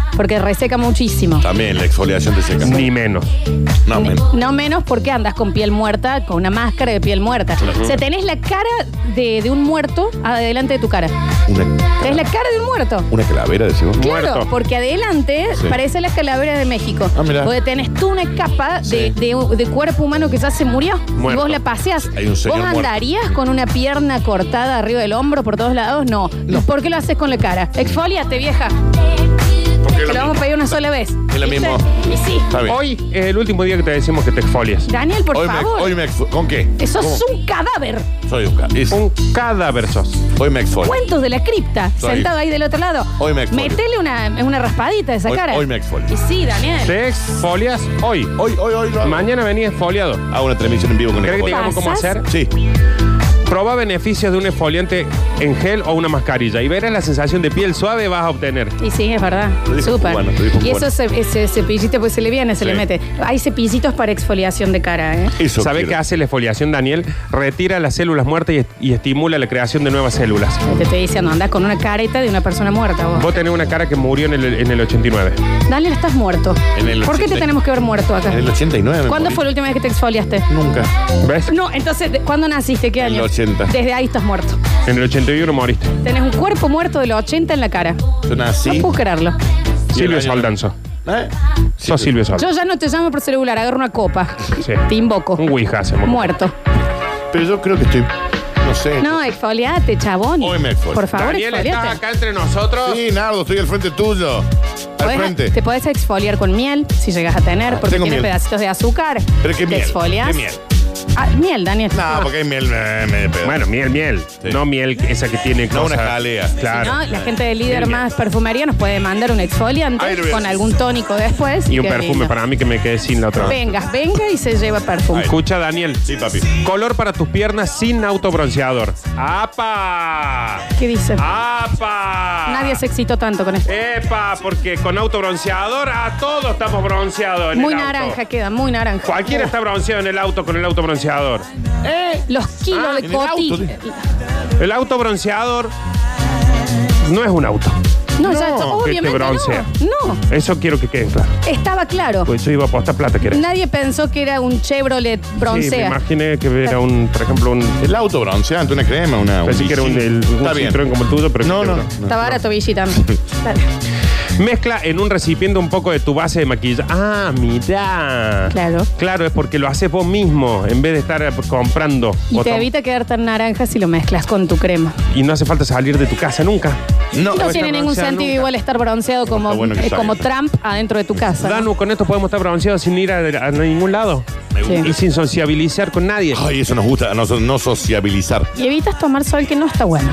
Speaker 1: porque reseca muchísimo.
Speaker 3: También la exfoliación te seca.
Speaker 2: Ni menos.
Speaker 3: No, men.
Speaker 1: No menos porque andas con piel muerta, con una máscara de piel muerta. O sea, tenés la cara de, de un muerto adelante de tu cara.
Speaker 3: Una,
Speaker 1: Tenés la cara de un muerto.
Speaker 3: una calavera, decimos.
Speaker 1: Claro,
Speaker 2: Muerto.
Speaker 1: porque adelante
Speaker 3: Sí.
Speaker 1: parece las calaveras de México.
Speaker 3: Ah, mirá.
Speaker 1: Donde tenés tú una capa de, de- de cuerpo humano que ya se murió.
Speaker 2: Muerto.
Speaker 1: Y vos la paseás.
Speaker 3: Hay un señor
Speaker 1: ¿Vos
Speaker 3: muerto.
Speaker 1: andarías con una pierna cortada arriba del hombro por todos lados? No. ¿Y por qué lo haces con la cara? Exfoliate, vieja.
Speaker 3: Porque
Speaker 1: Te lo vamos a pedir una sola vez.
Speaker 3: Es lo
Speaker 1: ¿Viste?
Speaker 3: mismo.
Speaker 1: Y sí.
Speaker 3: Está bien.
Speaker 2: Hoy es el último día que te decimos que te exfolies.
Speaker 1: Daniel, por
Speaker 3: hoy
Speaker 1: favor.
Speaker 3: Me, hoy me exfo- ¿Con qué?
Speaker 1: Eso
Speaker 3: ¿Cómo?
Speaker 1: es un cadáver.
Speaker 3: Soy un ca- es-
Speaker 2: Un cadáver sos.
Speaker 3: Hoy me exfolio.
Speaker 1: Cuentos de la cripta,
Speaker 3: Soy-
Speaker 1: sentado ahí del otro lado.
Speaker 3: Hoy me exfolio.
Speaker 1: Metele una, una raspadita de esa
Speaker 3: Hoy-
Speaker 1: cara.
Speaker 3: hoy me exfolio.
Speaker 1: Y sí, Daniel.
Speaker 2: Te exfolias hoy.
Speaker 3: Hoy, hoy, hoy. Lo hago.
Speaker 2: Mañana venís exfoliado.
Speaker 3: Hago una transmisión en vivo con
Speaker 2: ¿Querés que te
Speaker 3: exfolio.
Speaker 2: digamos cómo
Speaker 1: ¿Pasás?
Speaker 2: hacer?
Speaker 3: Sí.
Speaker 2: Proba beneficios de un exfoliante en gel o una mascarilla y verás la sensación de piel suave vas a obtener.
Speaker 1: Y sí, es verdad.
Speaker 3: Lo dijo un
Speaker 1: Súper.
Speaker 3: cubano, lo dijo un
Speaker 1: Y
Speaker 3: cubano.
Speaker 1: eso se- ese cepillito pues se le viene, se
Speaker 3: Sí.
Speaker 1: le mete. Hay cepillitos para exfoliación de cara, ¿eh?
Speaker 3: Eso
Speaker 2: ¿Sabes
Speaker 3: quiero.
Speaker 2: qué hace la exfoliación, Daniel? Retira las células muertas y, est- y estimula la creación de nuevas células.
Speaker 1: Este, Te estoy diciendo, andás con una careta de una persona muerta vos.
Speaker 2: Vos tenés una cara que murió en el, en el 89.
Speaker 1: Daniel, estás muerto.
Speaker 3: En el
Speaker 1: ¿Por qué
Speaker 3: 80.
Speaker 1: te tenemos que ver muerto acá?
Speaker 3: En el 89. me
Speaker 1: ¿Cuándo
Speaker 3: morí.
Speaker 1: fue la última vez que te exfoliaste?
Speaker 3: Nunca.
Speaker 2: ¿Ves?
Speaker 1: No, entonces, ¿de- ¿cuándo naciste? ¿Qué
Speaker 3: En
Speaker 1: año?
Speaker 3: el 80.
Speaker 1: Desde ahí estás muerto.
Speaker 2: En el 81 moriste.
Speaker 1: Tenés un cuerpo muerto de los 80 en la cara.
Speaker 3: Yo nací.
Speaker 1: No puedo creerlo.
Speaker 3: y el
Speaker 2: Silvio
Speaker 3: año-
Speaker 2: Soldanzo.
Speaker 3: ¿Eh? Sí,
Speaker 2: Sos Silvio Soldanzo.
Speaker 1: Yo ya no te llamo por celular, agarro una copa.
Speaker 2: Sí.
Speaker 1: Te invoco.
Speaker 2: Un Ouija hacemos.
Speaker 1: Muerto.
Speaker 3: Pero yo creo que estoy. No sé.
Speaker 1: No, exfoliate, chabón.
Speaker 3: Hoy me exfolio.
Speaker 1: Por favor,
Speaker 2: Daniel, ¿estás
Speaker 1: exfoliate.
Speaker 2: acá entre nosotros?
Speaker 3: Sí, Nardo, estoy al frente tuyo. Al
Speaker 1: Podés-
Speaker 3: frente. Ah,
Speaker 1: Te podés exfoliar con miel si llegas a tener, porque
Speaker 3: Tengo
Speaker 1: tiene
Speaker 3: miel.
Speaker 1: pedacitos de azúcar.
Speaker 3: ¿Pero qué
Speaker 1: Te
Speaker 3: miel?
Speaker 1: exfolias.
Speaker 3: ¿Qué miel?
Speaker 1: Ah, miel, Daniel.
Speaker 3: No, porque hay eh, miel. Me, me- me-
Speaker 2: Bueno, miel, miel.
Speaker 3: Sí.
Speaker 2: No miel esa que tiene
Speaker 3: No, una
Speaker 2: cosas-
Speaker 3: jalea.
Speaker 1: Si
Speaker 2: Claro.
Speaker 1: no, la gente del líder
Speaker 2: Miel, miel.
Speaker 1: más perfumería nos puede mandar un exfoliante
Speaker 3: Ahí lo voy a
Speaker 1: con
Speaker 3: hacer.
Speaker 1: algún tónico después.
Speaker 2: Y un
Speaker 1: qué
Speaker 2: perfume
Speaker 1: lindo.
Speaker 2: para mí que me quedé sin la otra. vez.
Speaker 1: Venga, venga y se lleva perfume.
Speaker 2: Escucha, Daniel.
Speaker 3: Sí, papi.
Speaker 2: Color para tus piernas sin autobronceador. ¡Apa!
Speaker 1: ¿Qué dice?
Speaker 3: Ah.
Speaker 2: ¡Apa!
Speaker 1: Nadie se excitó tanto con esto.
Speaker 2: ¡Epa! Porque con autobronceador a todos estamos bronceados en
Speaker 1: Muy
Speaker 2: el auto.
Speaker 1: naranja queda, muy naranja.
Speaker 2: Cualquiera
Speaker 1: Oh.
Speaker 2: está bronceado en el auto con el autobronceador.
Speaker 1: Eh, Los kilos
Speaker 2: Ah,
Speaker 1: de
Speaker 3: en el auto,
Speaker 1: cotí.
Speaker 3: sí.
Speaker 2: El autobronceador no es un auto.
Speaker 1: No, ya esto,
Speaker 2: que te
Speaker 1: obviamente
Speaker 2: broncea.
Speaker 1: no. No,
Speaker 2: Eso quiero que quede claro.
Speaker 1: estaba claro.
Speaker 2: Pues yo iba a apostar plata que era.
Speaker 1: Nadie pensó que era un Chevrolet
Speaker 2: Sí, me
Speaker 1: broncea.
Speaker 2: imaginé que era un, por ejemplo, un.
Speaker 3: El auto bronceante, una crema, una.
Speaker 2: Pensé que era un, el- un
Speaker 3: Está bien.
Speaker 2: Citroën como el tuyo, pero.
Speaker 3: No,
Speaker 2: que-
Speaker 3: no.
Speaker 1: Está barato, Villita. Claro.
Speaker 2: Mezcla en un recipiente un poco de tu base de maquillaje. Ah, mirá.
Speaker 1: Claro.
Speaker 2: Claro, es porque lo haces vos mismo en vez de estar eh, comprando.
Speaker 1: Y
Speaker 2: o
Speaker 1: te
Speaker 2: tom-
Speaker 1: evita quedar tan naranja si lo mezclas con tu crema.
Speaker 2: Y no hace falta salir de tu casa nunca.
Speaker 1: No,
Speaker 3: No, no
Speaker 1: tiene
Speaker 2: está
Speaker 1: ningún
Speaker 2: bronceado
Speaker 1: sentido
Speaker 2: nunca.
Speaker 1: igual estar bronceado como,
Speaker 3: está bueno que
Speaker 1: eh,
Speaker 3: salga.
Speaker 1: como Trump adentro de tu casa. ¿no?
Speaker 2: Danu, con esto podemos estar bronceados sin ir a, a ningún lado.
Speaker 3: Me
Speaker 1: Sí.
Speaker 2: Y sin sociabilizar con nadie.
Speaker 3: Ay, eso nos gusta, a nosotros no sociabilizar.
Speaker 1: Y evitas tomar sol que no está bueno.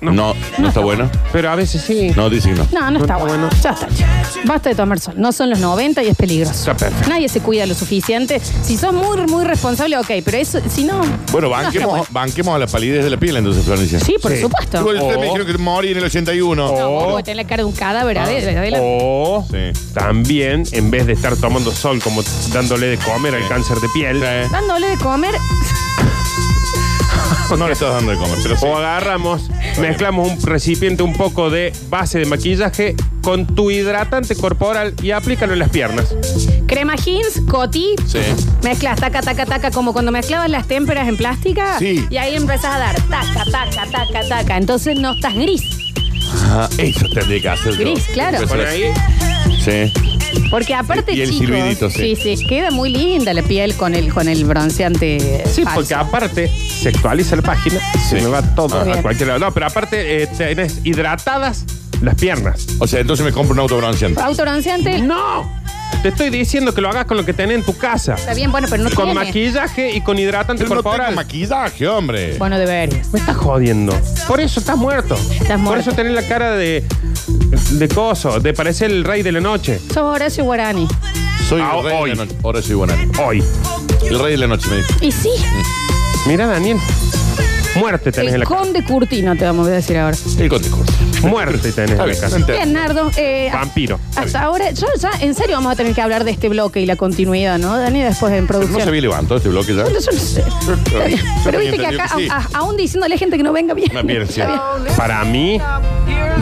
Speaker 3: No, no, está bueno.
Speaker 2: Pero a veces sí.
Speaker 3: No, dice que no.
Speaker 1: No, no, está, bueno. Ya está. che. Basta de tomar sol. No son los 90 y es peligroso.
Speaker 2: Está perfecto.
Speaker 1: Nadie se cuida lo suficiente. Si sos muy, muy responsable, ok, pero eso, si no.
Speaker 3: Bueno,
Speaker 1: no está
Speaker 3: banquemos,
Speaker 1: bueno.
Speaker 3: banquemos a la palidez de la piel entonces, Florencia.
Speaker 1: Sí, por
Speaker 2: Sí.
Speaker 1: supuesto.
Speaker 3: Igual ustedes
Speaker 2: Oh.
Speaker 3: me dijeron que morí en el 81.
Speaker 1: No, vos podés tener la cara de un cadáver. ade- adelante.
Speaker 2: Oh. O
Speaker 3: Sí.
Speaker 2: también, en vez de estar tomando sol como dándole de comer al cáncer de piel,
Speaker 3: Sí.
Speaker 1: Dándole de comer.
Speaker 3: No le estás dando de comer, pero sí.
Speaker 2: o agarramos, mezclamos un recipiente un poco de base de maquillaje con tu hidratante corporal y aplícalo en las piernas.
Speaker 1: Crema jeans, cotí,
Speaker 3: Sí.
Speaker 1: Mezclas, taca, taca, taca, como cuando mezclabas las témperas en plástica.
Speaker 3: Sí.
Speaker 1: Y ahí empezás a dar, taca, taca, taca, taca. Entonces no estás gris.
Speaker 3: Ah, eso tendría que hacer. yo.
Speaker 1: Gris, claro.
Speaker 3: Pues,
Speaker 2: Por ahí,
Speaker 3: Sí.
Speaker 1: Porque aparte,
Speaker 3: Y el
Speaker 1: chicos,
Speaker 3: silbidito, sí.
Speaker 1: sí, sí, queda muy linda la piel con el con el bronceante.
Speaker 2: sí,
Speaker 1: falso.
Speaker 2: porque aparte se actualiza la página, se
Speaker 3: Sí.
Speaker 2: me va todo
Speaker 1: Muy bien.
Speaker 2: a cualquier lado. No, pero aparte eh, tenés hidratadas las piernas.
Speaker 3: O sea, entonces me compro un auto bronceante.
Speaker 1: Auto bronceante.
Speaker 2: ¡No! Te estoy diciendo que lo hagas con lo que tenés en tu casa.
Speaker 1: Está bien, bueno, pero no
Speaker 2: Con
Speaker 1: tiene.
Speaker 2: maquillaje y con hidratante
Speaker 3: Pero no tengo
Speaker 2: corporal.
Speaker 3: maquillaje, hombre.
Speaker 1: Bueno, deberías.
Speaker 2: Me estás jodiendo. Por eso estás muerto.
Speaker 1: muerto.
Speaker 2: Por eso tenés la cara de. de coso, de parecer el rey de la noche.
Speaker 1: Sos Horacio Guarani.
Speaker 3: Soy
Speaker 2: Ah,
Speaker 3: el rey
Speaker 2: hoy.
Speaker 3: de la noche. Ahora soy buena.
Speaker 2: Hoy.
Speaker 3: El rey de la noche me dice.
Speaker 1: Y sí,
Speaker 2: Mira, Daniel. Muerte tenés en
Speaker 1: el
Speaker 2: la cara.
Speaker 1: conde Curtino te vamos a decir ahora.
Speaker 3: El conde Corso.
Speaker 2: Muerte tenés
Speaker 3: Está
Speaker 2: en
Speaker 3: bien,
Speaker 2: la cara.
Speaker 3: no entiendo.
Speaker 1: Bien, Nardo. eh, hasta-
Speaker 2: Vampiro.
Speaker 1: Hasta ahora, yo ya, en serio vamos a tener que hablar de este bloque y la continuidad, ¿no, Dani? Después en
Speaker 3: Pero
Speaker 1: producción.
Speaker 3: No se había levantado este bloque ya.
Speaker 1: Bueno, yo no
Speaker 3: [laughs]
Speaker 1: sé. Está bien. Pero viste que acá,
Speaker 3: Sí.
Speaker 1: a- a- aún diciéndole a gente que no venga bien.
Speaker 3: Una piel, sí.
Speaker 1: Está bien.
Speaker 2: Para mí,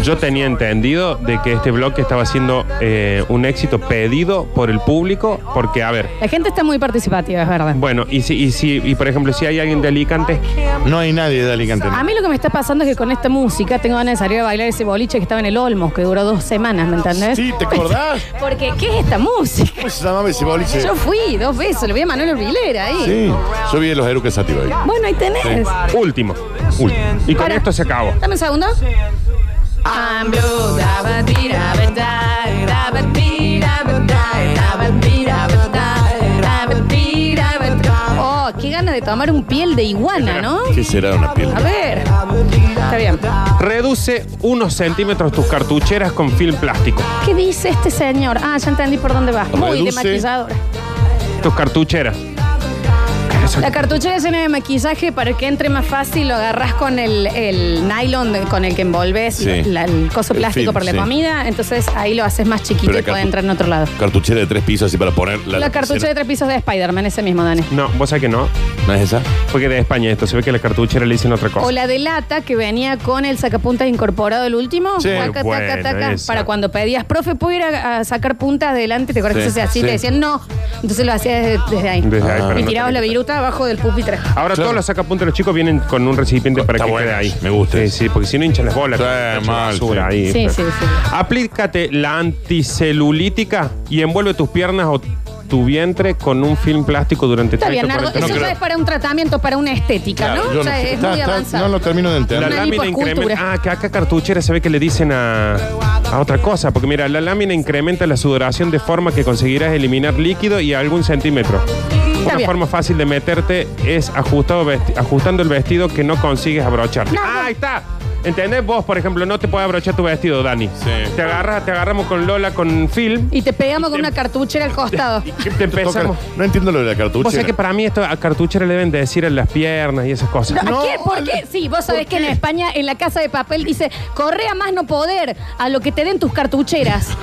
Speaker 2: yo tenía entendido de que este bloque estaba siendo eh, un éxito pedido por el público, porque, a ver,
Speaker 1: La gente está muy participativa, es verdad.
Speaker 2: bueno, y si, y si, y por ejemplo, si hay alguien de Alicante,
Speaker 3: No hay nadie de Alicante.
Speaker 1: A mí lo que me está pasando es que con esta música tengo ganas de salir a bailar ese boliche que estaba en el Olmos, que duró dos semanas, ¿me entendés?
Speaker 3: Sí, ¿te acordás?
Speaker 1: Porque, ¿qué es esta música?
Speaker 3: ¿Cómo se llamaba ese boliche?
Speaker 1: Yo fui dos veces, lo vi a Manuel Orvilera ahí.
Speaker 3: Sí. Yo vi los Eruques Sativa ahí.
Speaker 1: Bueno, ahí tenés.
Speaker 2: último.
Speaker 3: Uy.
Speaker 2: Y con
Speaker 1: Para.
Speaker 2: esto se acabó.
Speaker 1: Dame un segundo. I'm blue, da ba dee, da ba da, da ba dee, da ba da, da ba dee, da ba da, da ba dee, da ba da. Oh, qué ganas de tomar un piel de iguana, ¿no?
Speaker 3: ¿Qué será una piel?
Speaker 1: A ver. Está bien.
Speaker 2: Reduce unos centímetros tus cartucheras con film plástico.
Speaker 1: ¿Qué dice este señor? Ah, ya entendí por dónde va. Muy de
Speaker 3: Reduce.
Speaker 1: maquillador.
Speaker 2: Tus cartucheras.
Speaker 1: La cartuchera llena de maquillaje para que entre más fácil, lo agarras con el, el nylon de- con el que envolves
Speaker 3: Sí.
Speaker 1: la- el coso
Speaker 3: El
Speaker 1: plástico
Speaker 3: film,
Speaker 1: para la
Speaker 3: sí.
Speaker 1: comida, entonces ahí lo haces más chiquito
Speaker 3: Pero
Speaker 1: y
Speaker 3: la
Speaker 1: puede
Speaker 3: cartu-
Speaker 1: entrar en otro lado.
Speaker 3: Cartuchera de tres pisos así para poner la.
Speaker 1: La cartuchera de tres pisos de Spider-Man, ese mismo, Dani.
Speaker 2: No, vos sabés que no.
Speaker 3: ¿No es esa?
Speaker 2: Porque de España esto, se ve que la cartuchera le dicen otra cosa.
Speaker 1: O la de lata que venía con el sacapuntas incorporado el último.
Speaker 3: Sí.
Speaker 1: Taca,
Speaker 2: Bueno,
Speaker 1: taca, taca.
Speaker 2: esa.
Speaker 1: para cuando pedías, profe, ¿puedo ir a, a sacar puntas adelante? ¿Te acuerdas
Speaker 3: Sí,
Speaker 1: que se hacía así?
Speaker 3: sí.
Speaker 1: Te decían no. Entonces lo hacías desde, desde ahí.
Speaker 2: Desde ahí,
Speaker 3: Ah.
Speaker 2: pero
Speaker 1: y
Speaker 2: no
Speaker 1: tirabas la
Speaker 2: tenés-
Speaker 1: viruta abajo del pupitre.
Speaker 2: Ahora
Speaker 3: Claro.
Speaker 2: todos los sacapuntas de los chicos vienen con un recipiente para
Speaker 3: Está
Speaker 2: que
Speaker 3: bueno,
Speaker 2: quede ahí.
Speaker 3: me gusta
Speaker 2: Sí,
Speaker 3: eso.
Speaker 2: sí, porque si no hinchan las bolas.
Speaker 3: Sí,
Speaker 2: con la
Speaker 3: mal,
Speaker 2: basura
Speaker 3: sí.
Speaker 2: ahí.
Speaker 1: Sí, sí, sí.
Speaker 2: Aplícate la anticelulítica y envuelve tus piernas o tu vientre con un film plástico durante
Speaker 1: Está
Speaker 2: 30
Speaker 1: bien, Nardo.
Speaker 2: 40
Speaker 1: Eso
Speaker 3: creo.
Speaker 1: ya es para un tratamiento, para una estética,
Speaker 3: Claro,
Speaker 1: ¿no?
Speaker 3: yo
Speaker 1: O sea,
Speaker 3: sé.
Speaker 1: es
Speaker 3: Está-
Speaker 1: muy
Speaker 3: está-
Speaker 1: avanzado.
Speaker 3: no lo termino de
Speaker 2: La
Speaker 1: Una
Speaker 3: entender.
Speaker 2: lámina
Speaker 1: lipoescultura.
Speaker 2: incrementa. Ah, que acá cartuchera se ve que le dicen a, a otra cosa. Porque mira, la lámina incrementa la sudoración de forma que conseguirás eliminar líquido y algún centímetro. Una
Speaker 1: bien.
Speaker 2: forma fácil de meterte es ajustado vesti- ajustando el vestido que no consigues abrochar.
Speaker 1: No, no.
Speaker 2: ¡Ah, ahí está! ¿Entendés? Vos, por ejemplo, no te puedes abrochar tu vestido, Dani.
Speaker 3: Sí.
Speaker 2: Te agarras, te agarramos con Lola, con film.
Speaker 1: Y te pegamos con una cartuchera al
Speaker 3: [laughs]
Speaker 1: costado.
Speaker 2: Te empezamos.
Speaker 3: No entiendo lo de la
Speaker 2: Vos
Speaker 3: cartuchera.
Speaker 2: sabés que para mí esto a cartuchera le deben decir en las piernas y esas cosas.
Speaker 1: ¿A
Speaker 3: No,
Speaker 1: qué? ¿Por
Speaker 3: Ale.
Speaker 1: qué? Sí, vos sabés que en España, en la casa de papel, dice, corre a más no poder, a lo que te den tus cartucheras.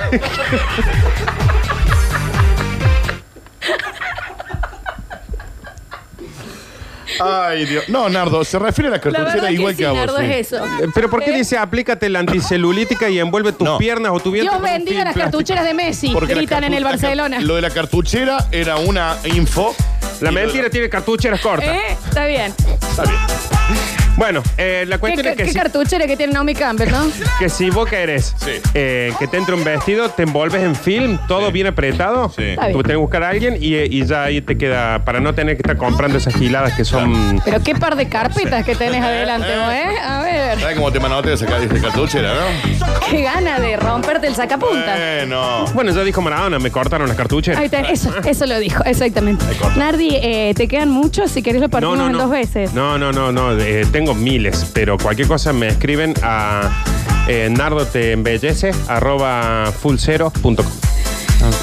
Speaker 3: Ay, Dios. No, Nardo, se refiere a la
Speaker 1: La
Speaker 3: cartuchera
Speaker 1: verdad
Speaker 3: igual que,
Speaker 1: sí,
Speaker 3: a vos.
Speaker 1: Nardo,
Speaker 3: sí.
Speaker 1: es eso.
Speaker 2: Eh, Pero ¿por qué dice aplícate la anticelulítica y envuelve tus
Speaker 3: No.
Speaker 2: piernas o tu vientre?
Speaker 1: Dios
Speaker 2: con un
Speaker 1: bendiga
Speaker 2: film
Speaker 1: las
Speaker 2: plástico?
Speaker 1: cartucheras de Messi,
Speaker 3: Porque la
Speaker 1: gritan en el
Speaker 3: cartu- la car-
Speaker 1: Barcelona.
Speaker 3: Lo de la cartuchera era una info.
Speaker 2: La
Speaker 3: Y lo de
Speaker 2: mentira tiene cartucheras cortas.
Speaker 1: ¿Eh? Está bien.
Speaker 3: Está bien.
Speaker 2: Bueno, eh, la
Speaker 3: Pues
Speaker 1: ¿Qué,
Speaker 2: cuestión
Speaker 1: qué-
Speaker 2: es que
Speaker 1: qué
Speaker 2: si,
Speaker 1: cartuchera que tiene Naomi Campbell, no?
Speaker 2: que si vos querés
Speaker 3: Sí.
Speaker 2: eh, que te entre un vestido, te envolves en film, todo
Speaker 3: Sí.
Speaker 2: bien apretado.
Speaker 3: Sí.
Speaker 1: Está bien.
Speaker 2: Tú tenés que buscar a alguien y, eh, y ya ahí te queda, para no tener que estar comprando esas giladas que son...
Speaker 1: Pero qué par de carpetas que tenés adelante vos, ¿eh? A ver,
Speaker 3: ¿Sabes cómo te manotea esa ca- esa cartuchera, no?
Speaker 1: qué gana de romperte el sacapuntas.
Speaker 3: Bueno.
Speaker 2: Bueno, ya dijo Maradona, me cortaron las cartucheras.
Speaker 1: Ahí está, eso, eso lo dijo, exactamente. Nardi, eh, te quedan muchos, si querés lo
Speaker 2: No,
Speaker 1: partimos
Speaker 2: no,
Speaker 1: en
Speaker 2: no.
Speaker 1: dos veces.
Speaker 2: No, no, no, no. eh, tengo miles, pero cualquier cosa me escriben a eh, nardo te embellece arroba fullcero.com.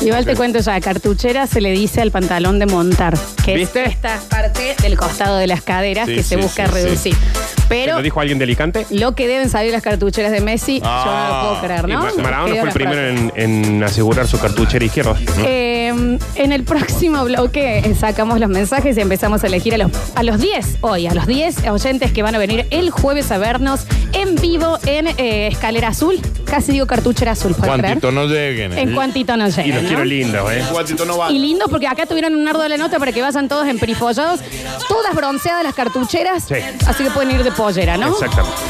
Speaker 1: Igual te cuento ya, cartuchera se le dice al pantalón de montar, que
Speaker 2: ¿Viste?
Speaker 1: es esta parte del costado de las caderas
Speaker 3: Sí,
Speaker 1: que se
Speaker 3: sí,
Speaker 1: busca
Speaker 3: sí,
Speaker 1: reducir.
Speaker 2: ¿Te
Speaker 1: Pero
Speaker 2: ¿Lo dijo alguien delicante?
Speaker 1: lo que deben salir las cartucheras de Messi, yo no lo
Speaker 3: Ah.
Speaker 1: puedo creer, ¿no?
Speaker 2: Maradona
Speaker 1: Quedó
Speaker 2: fue el
Speaker 1: la
Speaker 2: primero
Speaker 1: frase.
Speaker 2: en, en asegurar su cartuchera izquierda.
Speaker 1: Eh, en el próximo bloque eh, sacamos los mensajes y empezamos a elegir a los, a los 10 hoy, a los 10 oyentes que van a venir el jueves a vernos en vivo en eh, Escalera Azul. Casi digo cartuchera azul, ¿puedes creer?
Speaker 3: Cuantito no lleguen. eh.
Speaker 1: En cuantito no llega.
Speaker 2: Y los quiero lindos, ¿eh?
Speaker 3: Cuantito no va.
Speaker 1: Y lindo porque acá tuvieron un ardo de la nota para que vayan todos en perifollados, todas bronceadas las cartucheras,
Speaker 2: Sí.
Speaker 1: así que pueden ir de pollera, ¿no?
Speaker 2: Exactamente.